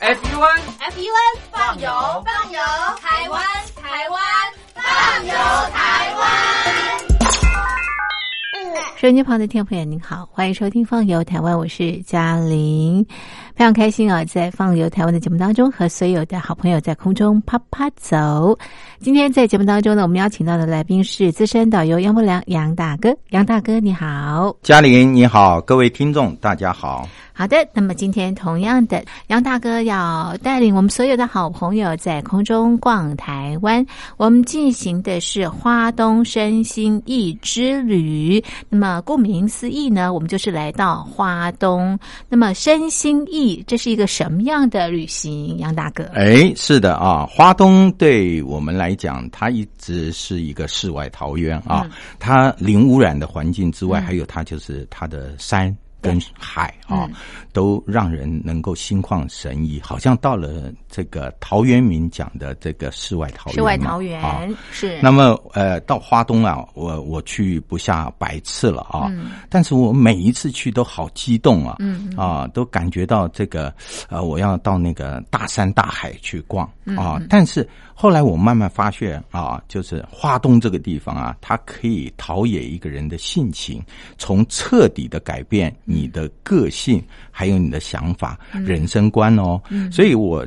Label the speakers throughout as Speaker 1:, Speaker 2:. Speaker 1: FUN
Speaker 2: F U N 放油放油，台湾台湾放油台湾。
Speaker 3: 收音机旁的听众朋友，您好，欢迎收听《放游台湾》，我是嘉玲，非常开心啊，在《放游台湾》的节目当中，和所有的好朋友在空中啪啪走。今天在节目当中呢，我们邀请到的来宾是资深导游杨伯良杨大哥，杨大哥你好，
Speaker 4: 嘉玲你好，各位听众大家好。
Speaker 3: 好的，那么今天同样的，杨大哥要带领我们所有的好朋友在空中逛台湾。我们进行的是花东身心意之旅。那么顾名思义呢，我们就是来到花东。那么身心意，这是一个什么样的旅行？杨大哥，
Speaker 4: 哎，是的啊，花东对我们来讲，它一直是一个世外桃源啊。
Speaker 3: 嗯
Speaker 4: 它零污染的环境之外，
Speaker 3: 嗯
Speaker 4: 还有它就是它的山。跟海啊，
Speaker 3: 嗯
Speaker 4: 都让人能够心旷神怡，好像到了这个陶渊明讲的这个世外桃源
Speaker 3: 世
Speaker 4: 嘛。
Speaker 3: 外桃
Speaker 4: 啊，
Speaker 3: 源是
Speaker 4: 那么呃，到花东啊，我我去不下百次了啊，
Speaker 3: 嗯
Speaker 4: 但是我每一次去都好激动啊，
Speaker 3: 嗯
Speaker 4: 啊，都感觉到这个呃，我要到那个大山大海去逛啊。但是后来我慢慢发现啊，就是花东这个地方啊，它可以陶冶一个人的性情，从彻底的改变你的个性，还有你的想法、人生观哦。所以我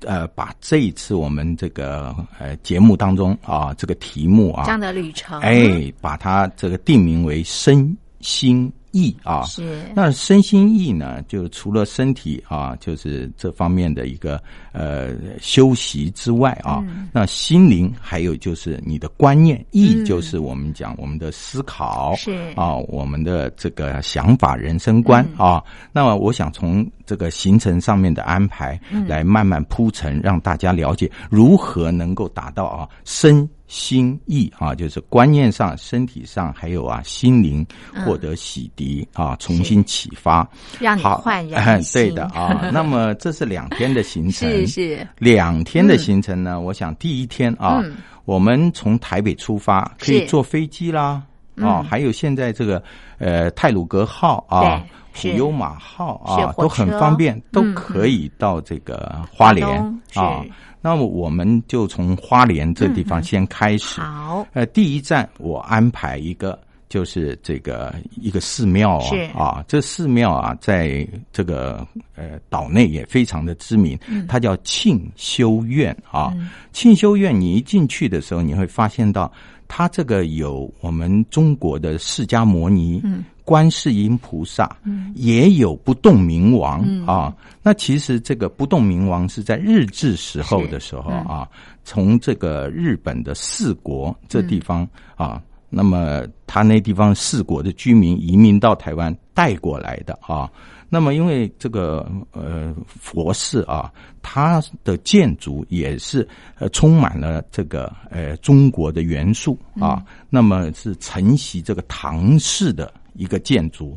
Speaker 4: 呃，把这一次我们这个呃节目当中啊，这个题目啊
Speaker 3: 这，样的旅程，，
Speaker 4: 哎，把它这个定名为身心意啊。
Speaker 3: 是
Speaker 4: 那身心意呢，就除了身体啊，就是这方面的一个呃休息之外啊，那心灵还有就是你的观念，意就是我们讲我们的思考，
Speaker 3: 是
Speaker 4: 啊，我们的这个想法、人生观、
Speaker 3: 嗯
Speaker 4: 啊。那么，我想从这个行程上面的安排
Speaker 3: 嗯
Speaker 4: 来慢慢铺陈，让大家了解如何能够达到啊身。心意啊，就是观念上、身体上，还有啊心灵获得洗涤、啊，重新启发，
Speaker 3: 嗯让你
Speaker 4: 好
Speaker 3: 焕
Speaker 4: 哎
Speaker 3: 然一新
Speaker 4: 对的啊，那么这是两天的行程，
Speaker 3: 是是
Speaker 4: 两天的行程呢，我想第一天啊，
Speaker 3: 嗯
Speaker 4: 我们从台北出发，可
Speaker 3: 是嗯
Speaker 4: 以坐飞机啦，啊，还有现在这个呃泰鲁格号啊。普
Speaker 3: 对是
Speaker 4: 悠玛号
Speaker 3: 是
Speaker 4: 啊，
Speaker 3: 火
Speaker 4: 都很
Speaker 3: 车
Speaker 4: 方便，都
Speaker 3: 嗯
Speaker 4: 可以到这个花莲
Speaker 3: 东是
Speaker 4: 啊。那么我们就从花莲这地方先开始。
Speaker 3: 嗯好，
Speaker 4: 呃，第一站我安排一个，就是这个一个寺庙啊
Speaker 3: 是，
Speaker 4: 啊，这寺庙啊，在这个呃岛内也非常的知名，它叫庆修院啊。庆修院，你一进去的时候，你会发现到它这个有我们中国的释迦摩尼，嗯。观世音菩萨，嗯，也有不动明王、啊。那其实这个不动明王是在日治时候的时候啊，从这个日本的四国这地方、啊，那么他那地方四国的居民移民到台湾带过来的啊。那么因为这个呃佛寺啊，它的建筑也是呃充满了这个呃中国的元素啊，那么是承袭这个唐式的一个建筑。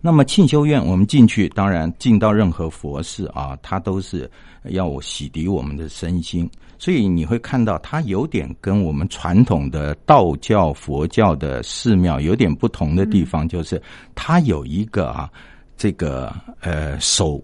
Speaker 4: 那么庆修院，我们进去，当然进到任何佛寺啊，它都是要洗涤我们的身心，所以你会看到它有点跟我们传统的道教、佛教的寺庙有点不同的地方，就是它有一个啊，这个呃手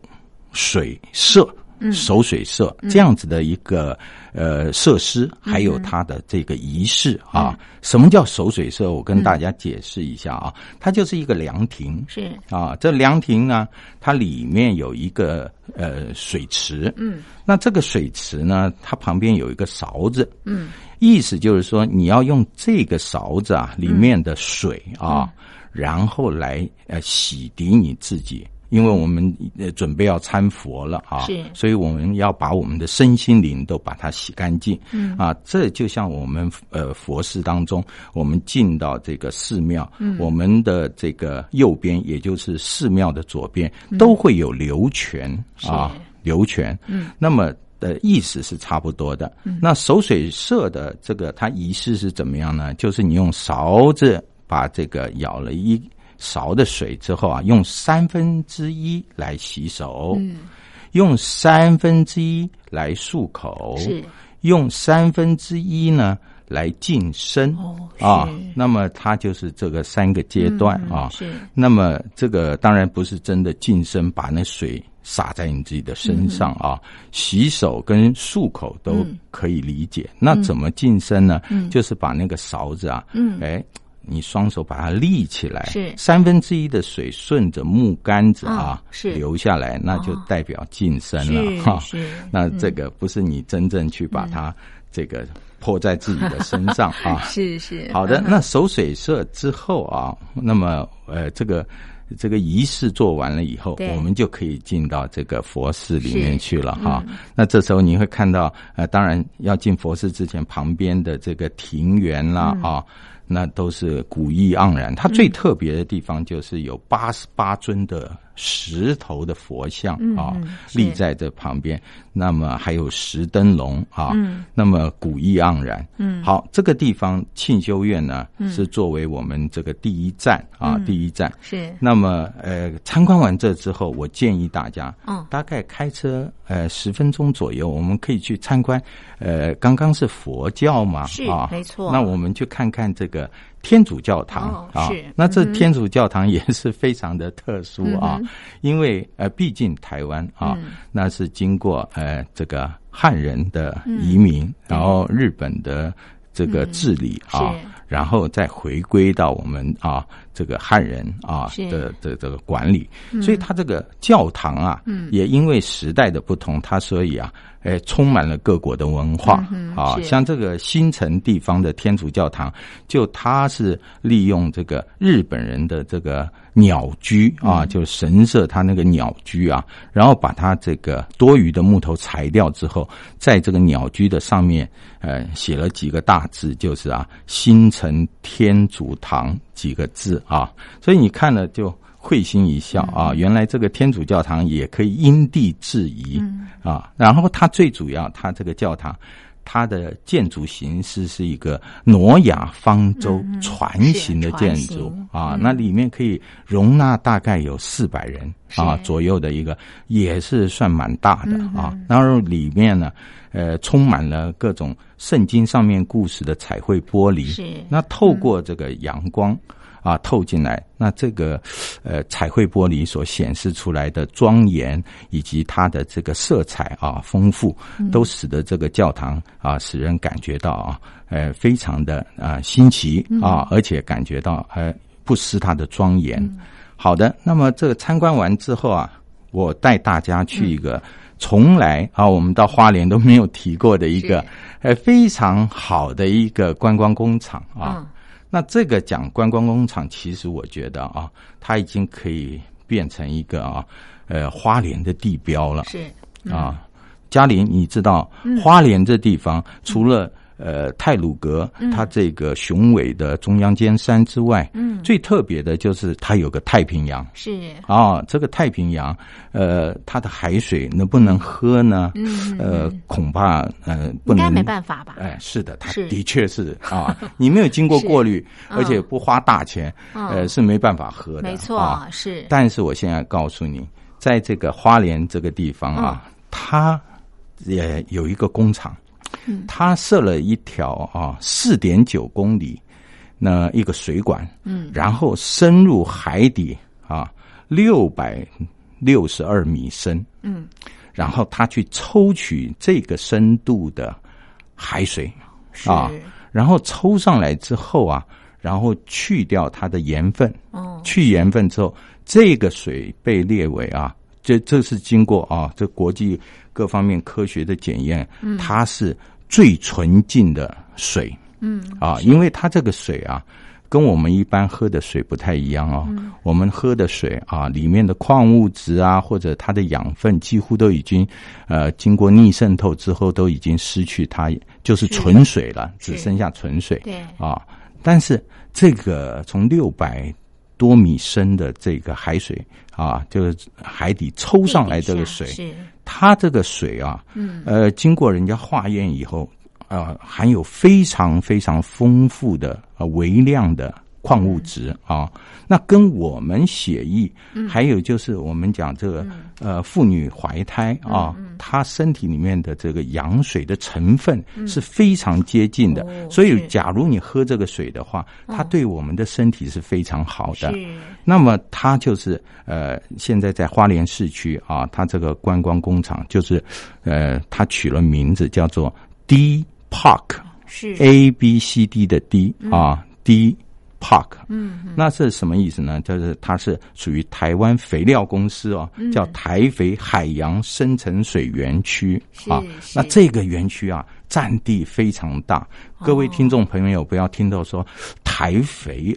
Speaker 4: 水社。守水社这样子的一个呃设施，还有它的这个仪式啊。什么叫守水社？我跟大家解释一下啊，它就是一个凉亭，
Speaker 3: 是
Speaker 4: 啊，这凉亭呢，它里面有一个呃水池，嗯，那这个水池呢，它旁边有一个勺子，嗯，意思就是说你要用这个勺子啊里面的水啊，然后来呃洗涤你自己。因为我们呃准备要参佛了啊，
Speaker 3: 是
Speaker 4: 所以我们要把我们的身心灵都把它洗干净。嗯啊，这就像我们呃佛寺当中，我们进到这个寺庙，嗯，我们的这个右边，也就是寺庙的左边，都会有流泉啊，流泉。嗯，那么。的意思是差不多的。那守水社的这个它仪式是怎么样呢？就是你用勺子把这个舀了一勺的水之后啊，用三分之一来洗手。嗯，用三分之一来漱口，
Speaker 3: 是
Speaker 4: 用三分之一呢来晋升
Speaker 3: 哦是嗯
Speaker 4: 啊。那么它就是这个三个阶段啊。
Speaker 3: 是
Speaker 4: 那么这个当然不是真的晋升，把那水洒在你自己的
Speaker 3: 嗯
Speaker 4: 身上啊，洗手跟漱口都可以理解。那怎么晋升呢？就是把那个勺子啊，
Speaker 3: 嗯
Speaker 4: 哎。你双手把它立起来，
Speaker 3: 是
Speaker 4: 三分之一的水顺着木杆子啊
Speaker 3: 啊，是
Speaker 4: 流下来，那就
Speaker 3: 哦
Speaker 4: 代表晋升了
Speaker 3: 是
Speaker 4: 哈。
Speaker 3: 是，嗯
Speaker 4: 那这个不是你真正去把它这个泼在自己的身 上啊。
Speaker 3: 是是
Speaker 4: 好的，那守水社之后啊，那么呃，这个这个仪式做完了以后
Speaker 3: 对，
Speaker 4: 我们就可以进到这个佛寺里面
Speaker 3: 是嗯
Speaker 4: 去了哈、那这时候你会看到，呃，当然要进佛寺之前，旁边的这个庭园啦、
Speaker 3: 嗯
Speaker 4: 啊。那都是古意盎然。它最特别的地方就是有八十八尊的石头的佛像啊
Speaker 3: 嗯嗯，是
Speaker 4: 立在这旁边。那么还有石灯笼啊，
Speaker 3: 嗯
Speaker 4: 那么古意盎然。嗯，好，这个地方庆修院呢
Speaker 3: 嗯
Speaker 4: 是作为我们这个第一站啊，第一站。
Speaker 3: 是
Speaker 4: 那么，呃，参观完这之后，我建议大家，
Speaker 3: 嗯
Speaker 4: 大概开车呃十分钟左右，我们可以去参观。呃，刚刚是佛教嘛，
Speaker 3: 是
Speaker 4: 啊，
Speaker 3: 没错
Speaker 4: 那我们去看看这个天主教堂、
Speaker 3: 哦
Speaker 4: 啊
Speaker 3: 是，
Speaker 4: 那这天主教堂也是非常的特殊
Speaker 3: 嗯
Speaker 4: 啊，因为呃，毕竟台湾啊，那是经过呃这个汉人的移
Speaker 3: 嗯
Speaker 4: 民，然后日本的这个治理啊。
Speaker 3: 是
Speaker 4: 然后再回归到我们啊这个汉人啊
Speaker 3: 是
Speaker 4: 的的这个管理，
Speaker 3: 嗯
Speaker 4: 所以它这个教堂啊，也因为时代的不同，它所以啊，哎，充满了各国的文化
Speaker 3: 嗯哼
Speaker 4: 啊
Speaker 3: 是，
Speaker 4: 像这个新城地方的天主教堂，就它是利用这个日本人的这个鸟居啊，
Speaker 3: 嗯
Speaker 4: 就神社它那个鸟居啊，然后把它这个多余的木头裁掉之后，在这个鸟居的上面，呃，写了几个大字，就是啊，新城天主堂几个字啊，所以你看了就。会心一笑
Speaker 3: 嗯
Speaker 4: 啊！原来这个天主教堂也可以因地制宜
Speaker 3: 嗯
Speaker 4: 啊。然后它最主要，它这个教堂，它的建筑形式是一个挪亚方舟船型的建
Speaker 3: 嗯是
Speaker 4: 筑
Speaker 3: 船嗯
Speaker 4: 啊，那里面可以容纳大概有四百人啊
Speaker 3: 是嗯
Speaker 4: 左右的一个，也是算蛮大的啊。然后里面呢，呃，充满了各种圣经上面故事的彩绘玻璃，
Speaker 3: 是
Speaker 4: 那透过这个阳光。啊，透进来，那这个，呃，彩绘玻璃所显示出来的庄严以及它的这个色彩啊丰富，都使得这个教堂啊，使人感觉到啊，呃，非常的啊、新奇啊，而且感觉到呃不失它的庄严。好的，那么这个参观完之后啊，我带大家去一
Speaker 3: 嗯
Speaker 4: 个从来啊，我们到花莲都没有提过的一个
Speaker 3: 是
Speaker 4: 呃非常好的一个观光工厂啊。
Speaker 3: 嗯
Speaker 4: 那这个讲观光工厂，其实我觉得啊，它已经可以变成一个啊，呃，花莲的地标了。
Speaker 3: 是
Speaker 4: 啊，嘉玲，你知道
Speaker 3: 嗯
Speaker 4: 花莲这地方除了呃泰鲁阁
Speaker 3: 嗯
Speaker 4: 它这个雄伟的中央尖山之外，嗯，最特别的就是它有个太平洋。
Speaker 3: 是
Speaker 4: 啊，这个太平洋，呃，它的海水能不能喝呢？
Speaker 3: 嗯
Speaker 4: 呃，恐怕呃不
Speaker 3: 应
Speaker 4: 能，
Speaker 3: 该没办法吧？
Speaker 4: 哎，是的，它
Speaker 3: 是嗯
Speaker 4: 的确是 啊，你没有经过过滤，而且不花大钱，呃，是没办法喝的，
Speaker 3: 没
Speaker 4: 啊
Speaker 3: 错，是
Speaker 4: 但是我现在告诉你，在这个花莲这个地方啊，它也有一个工厂，它设了一条啊四点九公里那一个水管，嗯，然后深入海底啊六百六十二米深，嗯，然后它去抽取这个深度的海水，
Speaker 3: 是
Speaker 4: 啊，然后抽上来之后啊，然后去掉它的盐分，
Speaker 3: 哦
Speaker 4: 去盐分之后，这个水被列为啊，这这是经过啊这国际各方面科学的检验，它是最纯净的水，嗯啊，因为它这个水啊。跟我们一般喝的水不太一样哦，我们喝的水啊，里面的矿物质啊，或者它的养分，几乎都已经，呃，经过逆渗透之后，都已经失去它，就是纯水了，
Speaker 3: 是
Speaker 4: 只剩下纯水。
Speaker 3: 对
Speaker 4: 啊，但是这个从六百多米深的这个海水啊，就是海底抽上来这个水，
Speaker 3: 地底下
Speaker 4: 它这个水啊，嗯，呃，经过人家化验以后，啊，含有非常非常丰富的呃微量的矿物质
Speaker 3: 嗯
Speaker 4: 啊，那跟我
Speaker 3: 嗯
Speaker 4: 们血液，还有就是我们讲这个呃妇女怀胎啊，它身体里面的这个羊水的成分是非常接近的，
Speaker 3: 嗯哦
Speaker 4: 所
Speaker 3: 是嗯
Speaker 4: 以假如你喝这个水的话，它对我们的身体是非常好的。
Speaker 3: 是
Speaker 4: 那么它就是呃，现在在花莲市区啊，它这个观光工厂就是呃，它取了名字叫做 D Park
Speaker 3: 是
Speaker 4: A B C D 的 D
Speaker 3: 嗯
Speaker 4: 啊、D Park。嗯，那是什么意思呢？就是它是属于台湾肥料公司哦，
Speaker 3: 嗯
Speaker 4: 叫台肥海洋深层水园区啊
Speaker 3: 是。是
Speaker 4: 那这个园区啊，占地非常大。各位听众朋友，不要听到说台 肥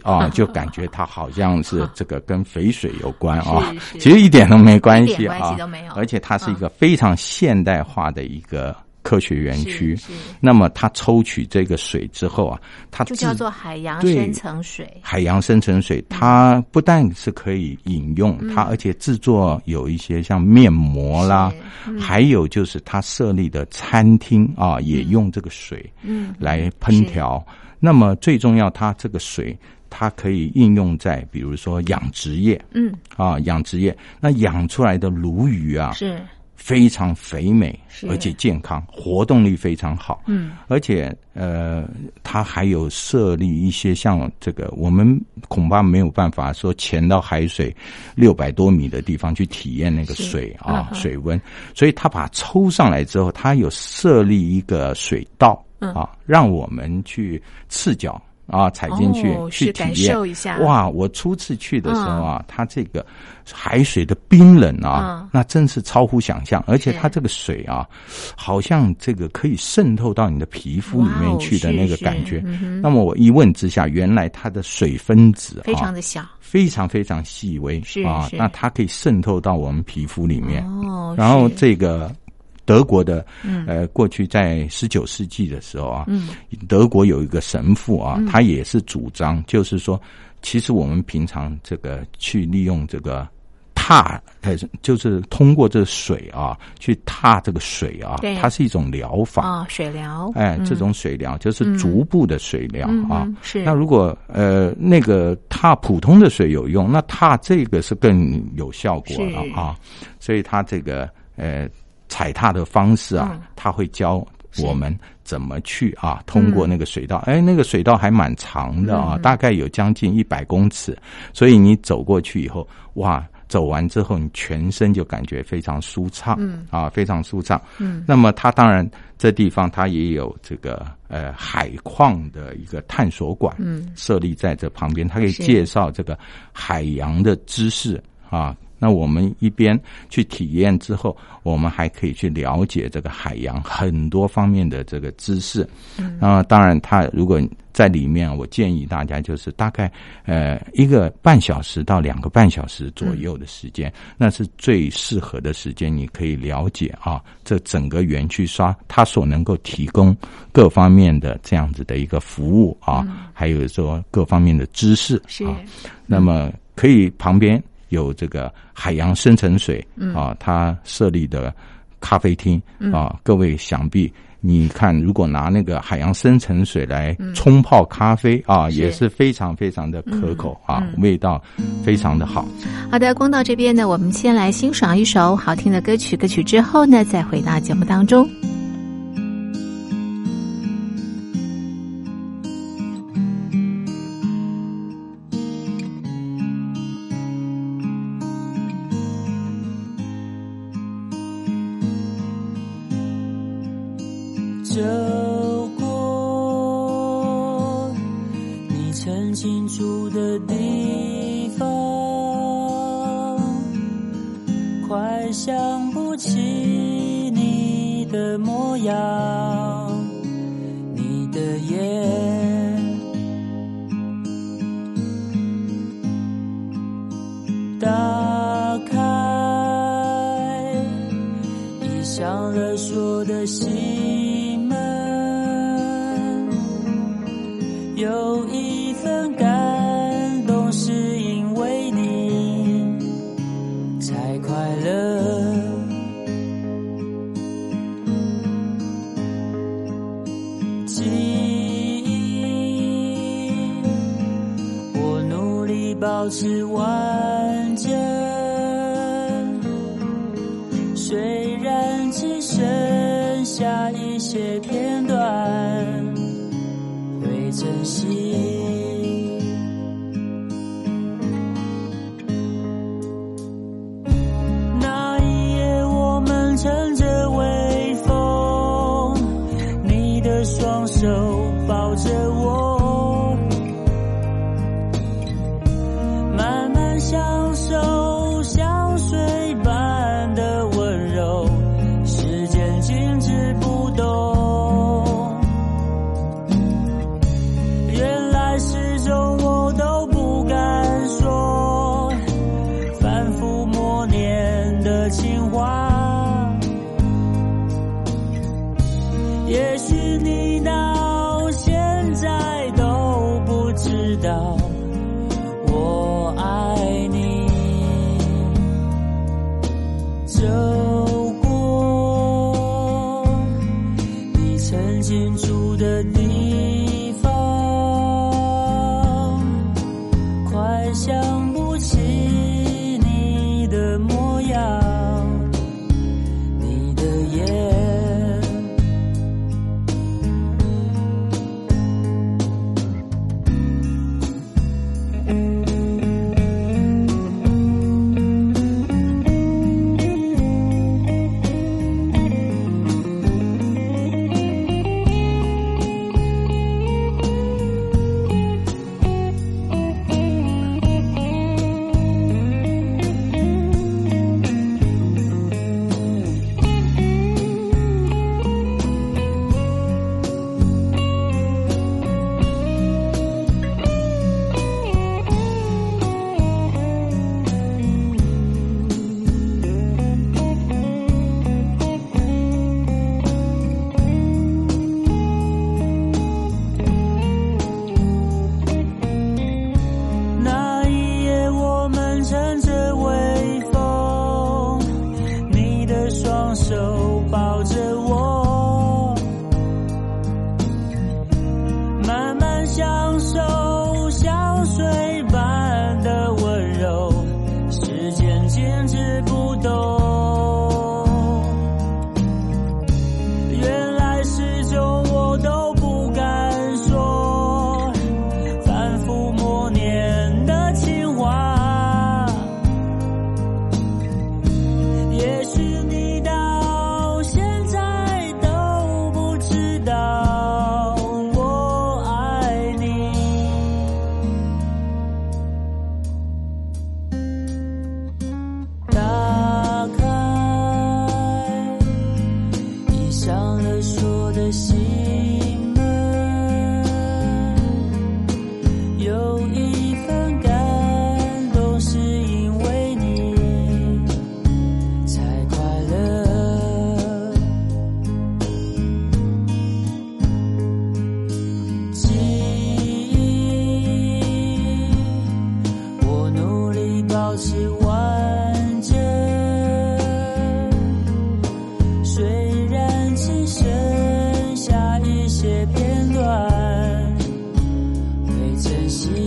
Speaker 4: 啊，就感觉它好像是这个跟肥水有关啊
Speaker 3: 是是，
Speaker 4: 其实一点都没关
Speaker 3: 一
Speaker 4: 系
Speaker 3: 点关
Speaker 4: 啊
Speaker 3: 系都没有，嗯
Speaker 4: 而且它是一个非常现代化的一个科学园区。
Speaker 3: 是是
Speaker 4: 那么它抽取这个水之后啊，它
Speaker 3: 就
Speaker 4: 制
Speaker 3: 叫做嗯海洋
Speaker 4: 对
Speaker 3: 深层水，
Speaker 4: 海洋深层水，它不但是可以饮用，
Speaker 3: 嗯
Speaker 4: 它而且制作有一些像面膜啦，
Speaker 3: 嗯
Speaker 4: 还有就是它设立的餐厅啊，也用这个水
Speaker 3: 嗯，
Speaker 4: 来烹调。那么最重要，它这个水它可以应用在比如说养殖业
Speaker 3: 嗯
Speaker 4: 啊，养殖业那养出来的鲈鱼啊，
Speaker 3: 是
Speaker 4: 非常肥美
Speaker 3: 是，
Speaker 4: 而且健康，活动力非常好。
Speaker 3: 嗯，
Speaker 4: 而且呃，它还有设立一些像这个，我们恐怕没有办法说潜到海水六百多米的地方去体验那个水
Speaker 3: 嗯
Speaker 4: 啊、水温，所以它把它抽上来之后，它有设立一个水道
Speaker 3: 嗯
Speaker 4: 啊，让我们去赤脚。啊，踩进去、
Speaker 3: 哦
Speaker 4: 去
Speaker 3: 是
Speaker 4: 体
Speaker 3: 感
Speaker 4: 验，
Speaker 3: 受一下
Speaker 4: 哇！我初次去的时候啊，它这个海水的冰冷啊，
Speaker 3: 嗯
Speaker 4: 那真是超乎想象。而且
Speaker 3: 是
Speaker 4: 它这个水啊，好像这个可以渗透到你的皮肤里面去的那个感觉。
Speaker 3: 哇哦是是嗯哼
Speaker 4: 那么我一问之下，原来它的水分子啊，
Speaker 3: 非常的小
Speaker 4: 非常非常细微
Speaker 3: 是
Speaker 4: 啊
Speaker 3: 是，
Speaker 4: 那它可以渗透到我们皮肤里面。
Speaker 3: 哦，
Speaker 4: 然后
Speaker 3: 是嗯
Speaker 4: 这个德国的，呃，过去在十九世纪的时候啊，德国有一个神父啊，
Speaker 3: 嗯
Speaker 4: 他也是主张，就是说，其实我们平常这个去利用这个。踏，呃，就是通过这水啊，去踏这个水啊
Speaker 3: 对，
Speaker 4: 它是一种疗法。
Speaker 3: 哦，水疗，
Speaker 4: 哎，这种水疗就是逐步的水疗
Speaker 3: 嗯
Speaker 4: 啊。
Speaker 3: 哼是
Speaker 4: 那如果呃那个踏普通的水有用，那踏这个是更有效果了
Speaker 3: 是
Speaker 4: 啊。所以它这个呃踩踏的方式啊，它会教我们怎么去啊通过那个水道。哎，那个水道还蛮长的啊，大概有将近一百公尺，所以你走过去以后，哇！走完之后，你全身就感觉非常舒畅，嗯啊，非常舒畅。嗯，那么它当然这地方它也有这个呃海矿的一个探索馆，嗯，设立在这旁边，它可以
Speaker 3: 是
Speaker 4: 介绍这个海洋的知识啊。那我们一边去体验之后，我们还可以去了解这个海洋很多方面的这个知识。嗯，那么当然，它如果在里面，我建议大家就是大概呃一个半小时到两个半小时左右的时间，那是最适合的时间，你可以了解啊这整个园区刷它所能够提供各方面的这样子的一个服务啊，还有说各方面的知识
Speaker 3: 是
Speaker 4: 啊。那么可以旁边有这个海洋深层水、啊，它设立的咖啡厅啊，各位想必。你看，如果拿那个海洋深层水来冲泡咖啡啊，
Speaker 3: 是
Speaker 4: 也是非常非常的可口啊，味道非常的好。
Speaker 3: 好的，光到这边呢，我们先来欣赏一首好听的歌曲，歌曲之后呢，再回到节目当中。
Speaker 1: 走过你曾经住的地方，快想不起你的模样，你的眼。打开倚上了锁的心门，有一份感动是因为你才快乐。记忆，我努力保持完整。虽然只剩下一些片段，会珍惜。那一夜，我们乘着微风，你的双手抱着我，慢慢享受像水般的温柔，时间静止不动。原来始终我都不敢说。反复默念的情话。也许你到现在都不知道我爱你。走过你曾经住的地方。快想不起你的模样，你的眼。那一夜，我们乘着微风，你的双手抱着我，慢慢享受像水般的温柔，时间静止不动。原来始终我都不敢说。反复默念的情话。也许你到现在都不知道我爱你。打开你上了锁的心门。有一份感动，是因为你才快乐。记忆，我努力保持完整，虽然只剩下一些片段。会珍惜。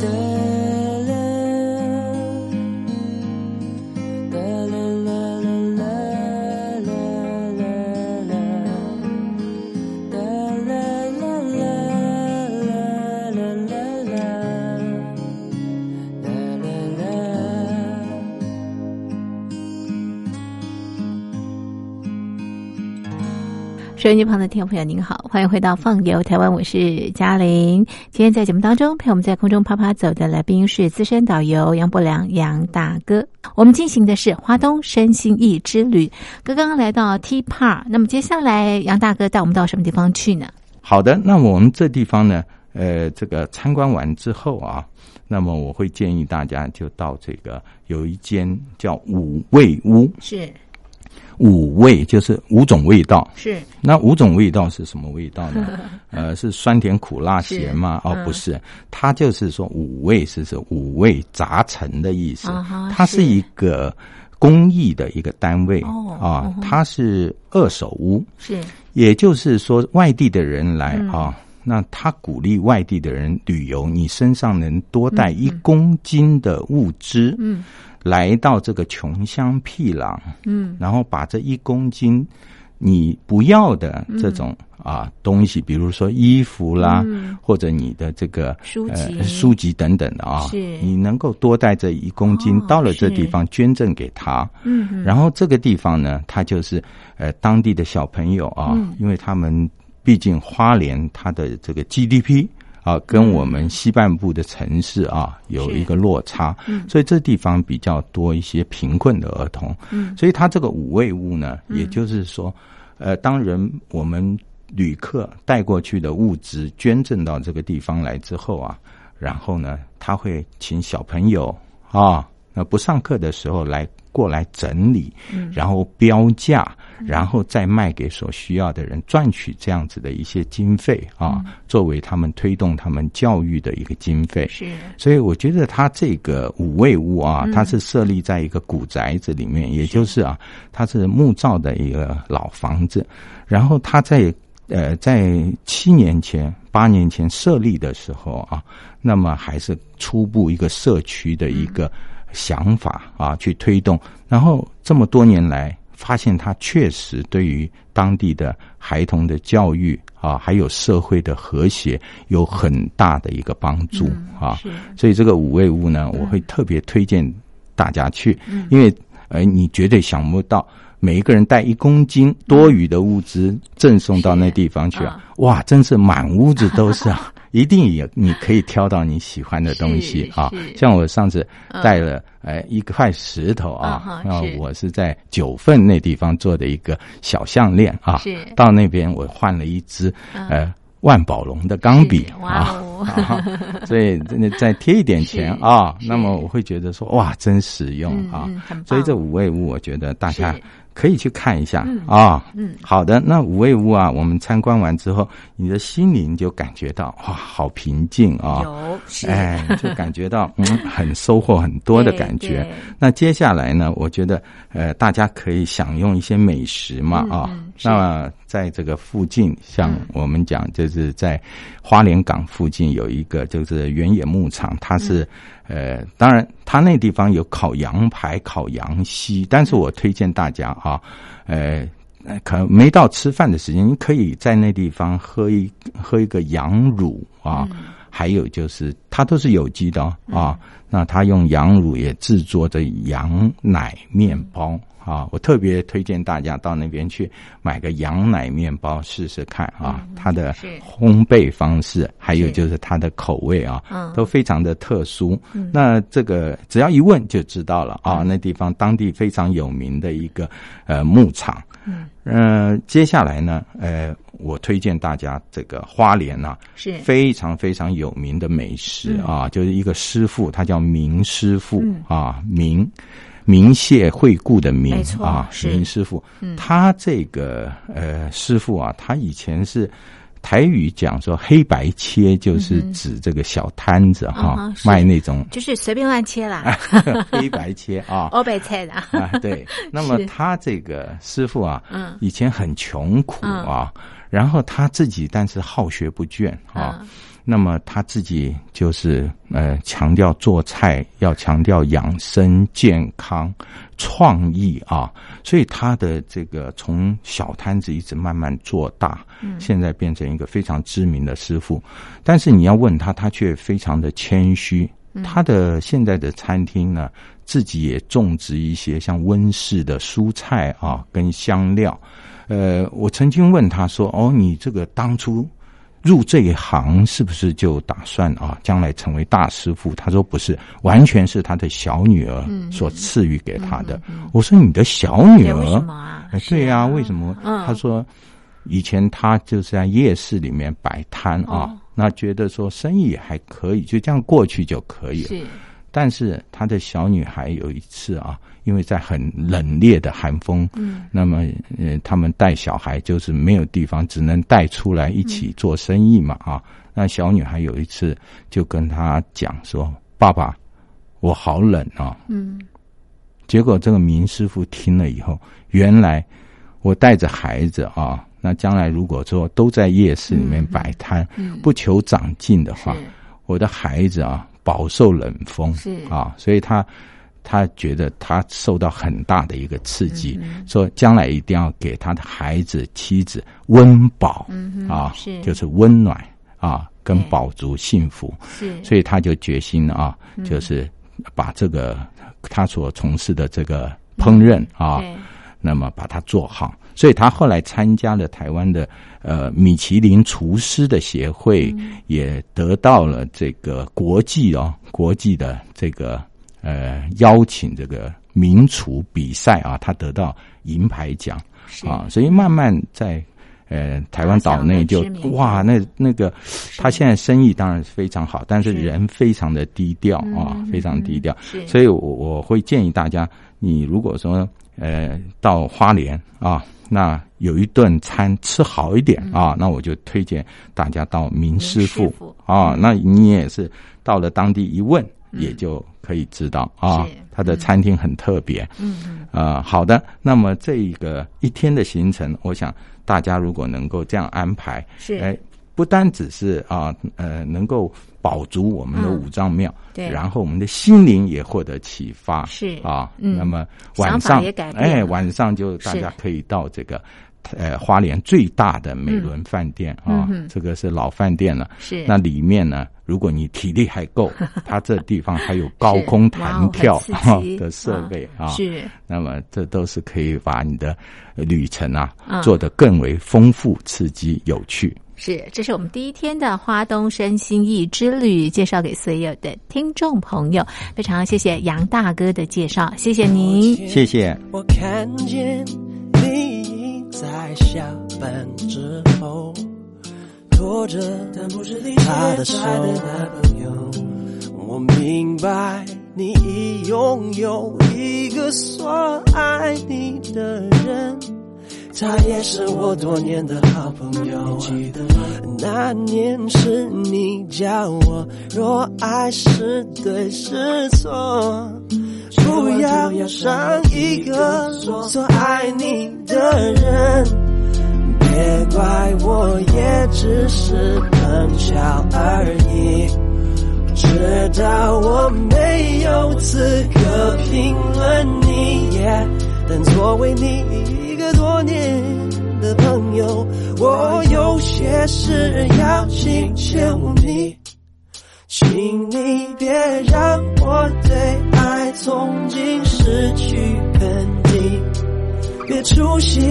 Speaker 1: 哒啦哒啦啦啦啦啦啦哒啦啦啦啦啦啦啦啦啦。
Speaker 3: 收音机旁的听众朋友，您好，欢迎回到《放游台湾》，我是嘉玲。今天在节目当中，陪我们在空中啪啪走的来宾是资深导游杨伯良杨大哥。我们进行的是华东身心意之旅，刚刚来到 T Park，那么接下来杨大哥带我们到什么地方去呢？
Speaker 4: 好的，那我们这地方呢，呃，这个参观完之后啊，那么我会建议大家就到这个有一间叫五味屋，
Speaker 3: 是
Speaker 4: 五味就是五种味道。
Speaker 3: 是
Speaker 4: 那五种味道是什么味道 呢？呃，是酸甜苦辣咸吗？
Speaker 3: 是
Speaker 4: 哦，
Speaker 3: 嗯
Speaker 4: 不是，它就是说五味是指五味杂陈的意思
Speaker 3: 啊哈，
Speaker 4: 它
Speaker 3: 是
Speaker 4: 是一个公益的一个单位
Speaker 3: 哦
Speaker 4: 啊，它是二手屋，
Speaker 3: 是嗯
Speaker 4: 也就是说，外地的人来啊，那他鼓励外地的人旅游，你身上能多带一公斤的物资，
Speaker 3: 嗯，
Speaker 4: 来到这个穷乡僻壤，
Speaker 3: 嗯，
Speaker 4: 然后把这一公斤你不要的这种
Speaker 3: 嗯
Speaker 4: 啊东西，比如说衣服啦，或者你的这个
Speaker 3: 书籍
Speaker 4: 呃、书籍等等的啊，
Speaker 3: 是
Speaker 4: 你能够多带这一公斤
Speaker 3: 哦
Speaker 4: 到了这
Speaker 3: 是
Speaker 4: 地方捐赠给他，
Speaker 3: 嗯哼
Speaker 4: 然后这个地方呢，它就是呃当地的小朋友啊，
Speaker 3: 嗯
Speaker 4: 因为他们毕竟花莲它的这个 GDP 啊，跟我们西半部的城市啊
Speaker 3: 嗯
Speaker 4: 有
Speaker 3: 是
Speaker 4: 一个落差，
Speaker 3: 嗯
Speaker 4: 所以这地方比较多一些贫困的儿童，
Speaker 3: 嗯
Speaker 4: 所以它这个五味物呢，也就是说，呃，当人我们旅客带过去的物资捐赠到这个地方来之后啊，然后呢，他会请小朋友啊，那不上课的时候来过来整理，
Speaker 3: 嗯
Speaker 4: 然后标价，然后再卖给所需要的人，赚取这样子的一些经费啊，作为他们推动他们教育的一个经费。
Speaker 3: 是
Speaker 4: 所以我觉得它这个五味屋啊，它是设立在一个古宅子里面，也就是啊，它是木造的一个老房子。然后它在呃，在七年前、八年前设立的时候啊，那么还是初步一个社区的一个想法啊，去推动。然后这么多年来，发现它确实对于当地的孩童的教育啊，还有社会的和谐有很大的一个帮助啊。
Speaker 3: 是
Speaker 4: 所以这个五味屋呢，
Speaker 3: 嗯
Speaker 4: 我会特别推荐大家去，因为呃，你绝对想不到。每一个人带一公斤多余的物
Speaker 3: 嗯
Speaker 4: 资赠送到那地方去啊！哇，真是满屋子都是啊！
Speaker 3: 嗯
Speaker 4: 一定也你可以挑到你喜欢的东西
Speaker 3: 是
Speaker 4: 啊
Speaker 3: 是！嗯
Speaker 4: 像我上次带了呃一块石头啊
Speaker 3: 啊哈，
Speaker 4: 那
Speaker 3: 是
Speaker 4: 我是在九份那地方做的一个小项链啊
Speaker 3: 是，嗯
Speaker 4: 到那边我换了一支呃万宝龙的钢笔
Speaker 3: 是哇
Speaker 4: 啊，
Speaker 3: 哦，
Speaker 4: 啊，所以真的再贴一点钱
Speaker 3: 是
Speaker 4: 啊，
Speaker 3: 是
Speaker 4: 那么我会觉得说哇，真实用
Speaker 3: 嗯
Speaker 4: 啊
Speaker 3: 嗯，很棒
Speaker 4: 所以这五味屋，我觉得大家
Speaker 3: 是
Speaker 4: 可以去看一下啊。
Speaker 3: 嗯
Speaker 4: 好的，那五味屋啊，我们参观完之后，你的心灵就感觉到哇，好平静啊。
Speaker 3: 有是
Speaker 4: 哎，就感觉到嗯，很收获很多的感觉
Speaker 3: 对对。
Speaker 4: 那接下来呢，我觉得呃，大家可以享用一些美食嘛
Speaker 3: 嗯
Speaker 4: 啊
Speaker 3: 嗯。是嗯
Speaker 4: 那么在这个附近，像我们讲，就是在花莲港附近有一个就是原野牧场，它是呃，当然它那地方有烤羊排、烤羊膝，但是我推荐大家啊，呃。呃可没到吃饭的时间，你可以在那地方喝一喝一个羊乳啊，还有就是它都是有机的哦啊。那它用羊乳也制作的羊奶面包啊，我特别推荐大家到那边去买个羊奶面包试试看啊，它的
Speaker 3: 是
Speaker 4: 烘焙方式还有
Speaker 3: 是
Speaker 4: 就是它的口味啊
Speaker 3: 嗯，
Speaker 4: 都非常的特殊。那这个只要一问就知道了啊，那地方当地非常有名的一个呃牧场。嗯，接下来呢，呃，我推荐大家这个花莲啊，
Speaker 3: 是
Speaker 4: 非常非常有名的美食
Speaker 3: 嗯
Speaker 4: 啊，就是一个师傅，他叫明师傅、啊，明明谢惠顾的明
Speaker 3: 没错
Speaker 4: 啊，
Speaker 3: 是嗯
Speaker 4: 明师傅，他这个呃师傅啊，他以前是。台语讲说黑白切就是指这个小摊子哈，
Speaker 3: 嗯嗯哼是
Speaker 4: 卖那 种
Speaker 3: 就是随便乱切
Speaker 4: 哎
Speaker 3: 啦，
Speaker 4: 黑白切啊，
Speaker 3: 欧北菜啦，
Speaker 4: 啊，对。那么
Speaker 3: 是
Speaker 4: 他这个师傅啊，
Speaker 3: 嗯
Speaker 4: 以前很穷苦啊，然后他自己但是好学不倦啊。
Speaker 3: 嗯
Speaker 4: 那么他自己就是呃，强调做菜要强调养生、健康、创意啊，所以他的这个从小摊子一直慢慢做大，
Speaker 3: 嗯
Speaker 4: 现在变成一个非常知名的师傅。但是你要问他，他却非常的谦虚。他的现在的餐厅呢，自己也种植一些像温室的蔬菜啊，跟香料。呃，我曾经问他说：“哦，你这个当初入这一行是不是就打算啊，将来成为大师傅？”他说：“不是，完全是他的小女儿所赐予给他的。我说：“你的小女
Speaker 3: 对，
Speaker 4: 儿？”
Speaker 3: 为什么啊嗯
Speaker 4: 哎？对呀、为什么？他说，以前他就是在夜市里面摆摊啊，
Speaker 3: 哦
Speaker 4: 那觉得说生意还可以，就这样过去就可以了。
Speaker 3: 是
Speaker 4: 但是他的小女孩有一次啊，因为在很冷冽的寒风，嗯，那么呃，他们带小孩就是没有地方，只能带出来一起做生意嘛啊。那小女孩有一次就跟他讲说：“爸爸，我好冷啊。”
Speaker 3: 嗯，
Speaker 4: 结果这个明师傅听了以后，原来我带着孩子啊，那将来如果说都在夜市里面摆摊，
Speaker 3: 嗯
Speaker 4: 不求长进的话
Speaker 3: 是，
Speaker 4: 我的孩子啊，饱受冷风
Speaker 3: 是
Speaker 4: 啊，所以他他觉得他受到很大的一个刺激，
Speaker 3: 嗯
Speaker 4: 说将来一定要给他的孩子、妻子温饱、
Speaker 3: 嗯哼
Speaker 4: 啊，
Speaker 3: 是
Speaker 4: 就是温暖啊，跟
Speaker 3: 对
Speaker 4: 饱足幸福。
Speaker 3: 是，嗯
Speaker 4: 所以他就决心啊，就是把这个他所从事的这个烹饪啊，
Speaker 3: 对
Speaker 4: 那么把它做好。所以他后来参加了台湾的呃米其林厨师的协会，
Speaker 3: 嗯
Speaker 4: 也得到了这个国际哦国际的这个呃邀请这个名厨比赛啊，他得到银牌奖
Speaker 3: 是
Speaker 4: 啊，所以慢慢在。呃，台湾岛内就
Speaker 3: 打响了知名度
Speaker 4: 哇，那那个他现在生意当然是非常好，但是
Speaker 3: 是
Speaker 4: 人非常的低调啊
Speaker 3: 嗯，
Speaker 4: 非常低调。
Speaker 3: 是，
Speaker 4: 所以我我会建议大家，你如果说呃到花莲啊，那有一顿餐吃好一点啊，那我就推荐大家到明师
Speaker 3: 明
Speaker 4: 傅
Speaker 3: 师傅
Speaker 4: 啊，那你也是到了当地一问，也就可以知道啊
Speaker 3: 是，
Speaker 4: 他的餐厅很特别。
Speaker 3: 嗯嗯，
Speaker 4: 啊，好的，那么这一个一天的行程，我想大家如果能够这样安排，
Speaker 3: 是
Speaker 4: 哎，不单只是啊呃能够保足我们的
Speaker 3: 嗯
Speaker 4: 五脏庙，
Speaker 3: 对
Speaker 4: 然后我们的心灵也获得启发，
Speaker 3: 是
Speaker 4: 啊，
Speaker 3: 嗯
Speaker 4: 那么
Speaker 3: 想
Speaker 4: 晚
Speaker 3: 法
Speaker 4: 上
Speaker 3: 也改变
Speaker 4: 哎
Speaker 3: 了
Speaker 4: 晚上就大
Speaker 3: 是
Speaker 4: 家可以到这个。呃，花莲最大的美伦饭店
Speaker 3: 嗯
Speaker 4: 啊
Speaker 3: 嗯，哼
Speaker 4: 这个是老饭店了。
Speaker 3: 是
Speaker 4: 那里面呢，如果你体力还 够，它这地方还有高
Speaker 3: 是
Speaker 4: 空
Speaker 3: 哇哦很
Speaker 4: 弹跳
Speaker 3: 刺激嗯
Speaker 4: 的设备啊，
Speaker 3: 是
Speaker 4: 那么这都是可以把你的旅程啊
Speaker 3: 嗯
Speaker 4: 做得更为丰富、刺激、有趣。
Speaker 3: 是，这是我们第一天的花东身心意之旅，介绍给所有的听众朋友。非常谢谢杨大哥的介绍，谢谢您。
Speaker 4: 谢谢。
Speaker 1: 我看见你在下班之后拖着他的手，我明白你已拥有一个所爱你的人。他也是我多年的好朋友。记得那年是你教我，若爱是对是错，不要伤一个所爱你的人。别怪我，也只是碰巧而已。知道我没有资格评论你耶，但作为你一个多年的朋友，我有些事要请求你，请你别让我对爱从今失去肯定。别粗心，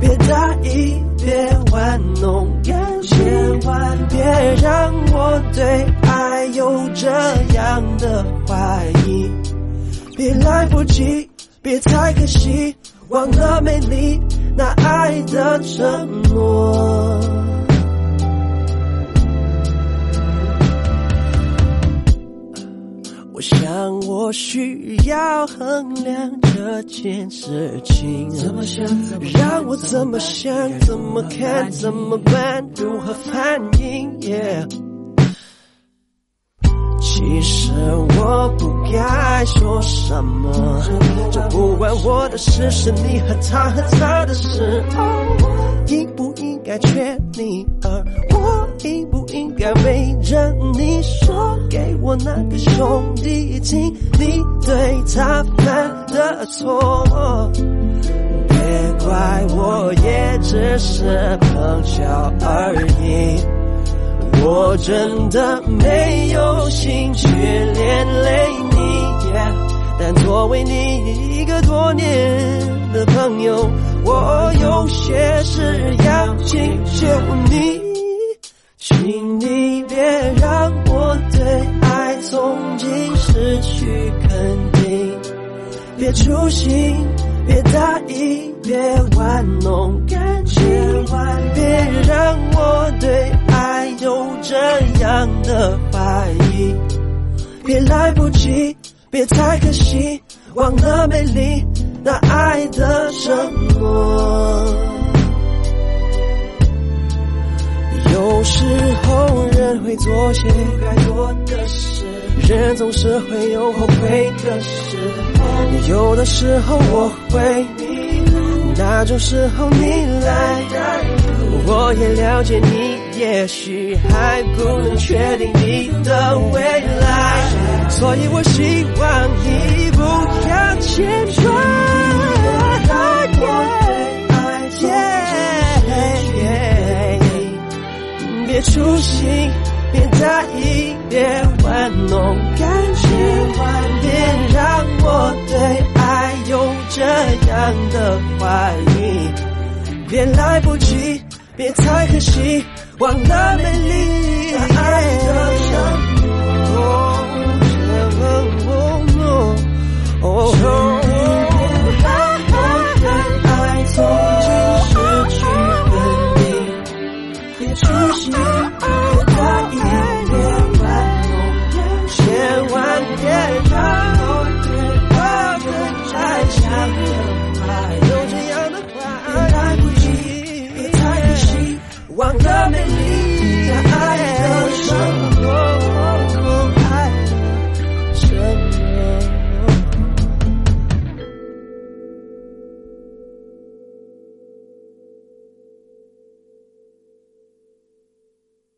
Speaker 1: 别大意，别玩弄感情，千万别让我对爱有这样的怀疑。别来不及，别太可惜，忘了美丽那爱的承诺。我想我需要衡量这件事情，怎么想，让我怎么想，怎么看，怎么办，如何反应？Yeah 其实我不该说什么，这不关我的事，是你和他和他的事。应不应该劝你，而我应不应该为着你说给我那个兄弟听你对他犯的错？别怪我，也只是碰巧而已。我真的没有兴趣连累你耶，但作为你一个多年的朋友，我有些事要请求你，请你别让我对爱从今失去肯定。别粗心，别大意，别玩弄感情，千万别让我对爱有这样的怀疑。别来不及，别太可惜，忘了美丽那爱的承诺。有时候人会做些不该做的事，人总是会有后悔的事。有的时候我会，那种时候你来，我也了解你，也许还不能确定你的未来，所以我希望你不要牵挂。别粗心，别大意，别玩弄感情，别让我对爱有这样的怀疑。别来不及，别太可惜，忘了美丽。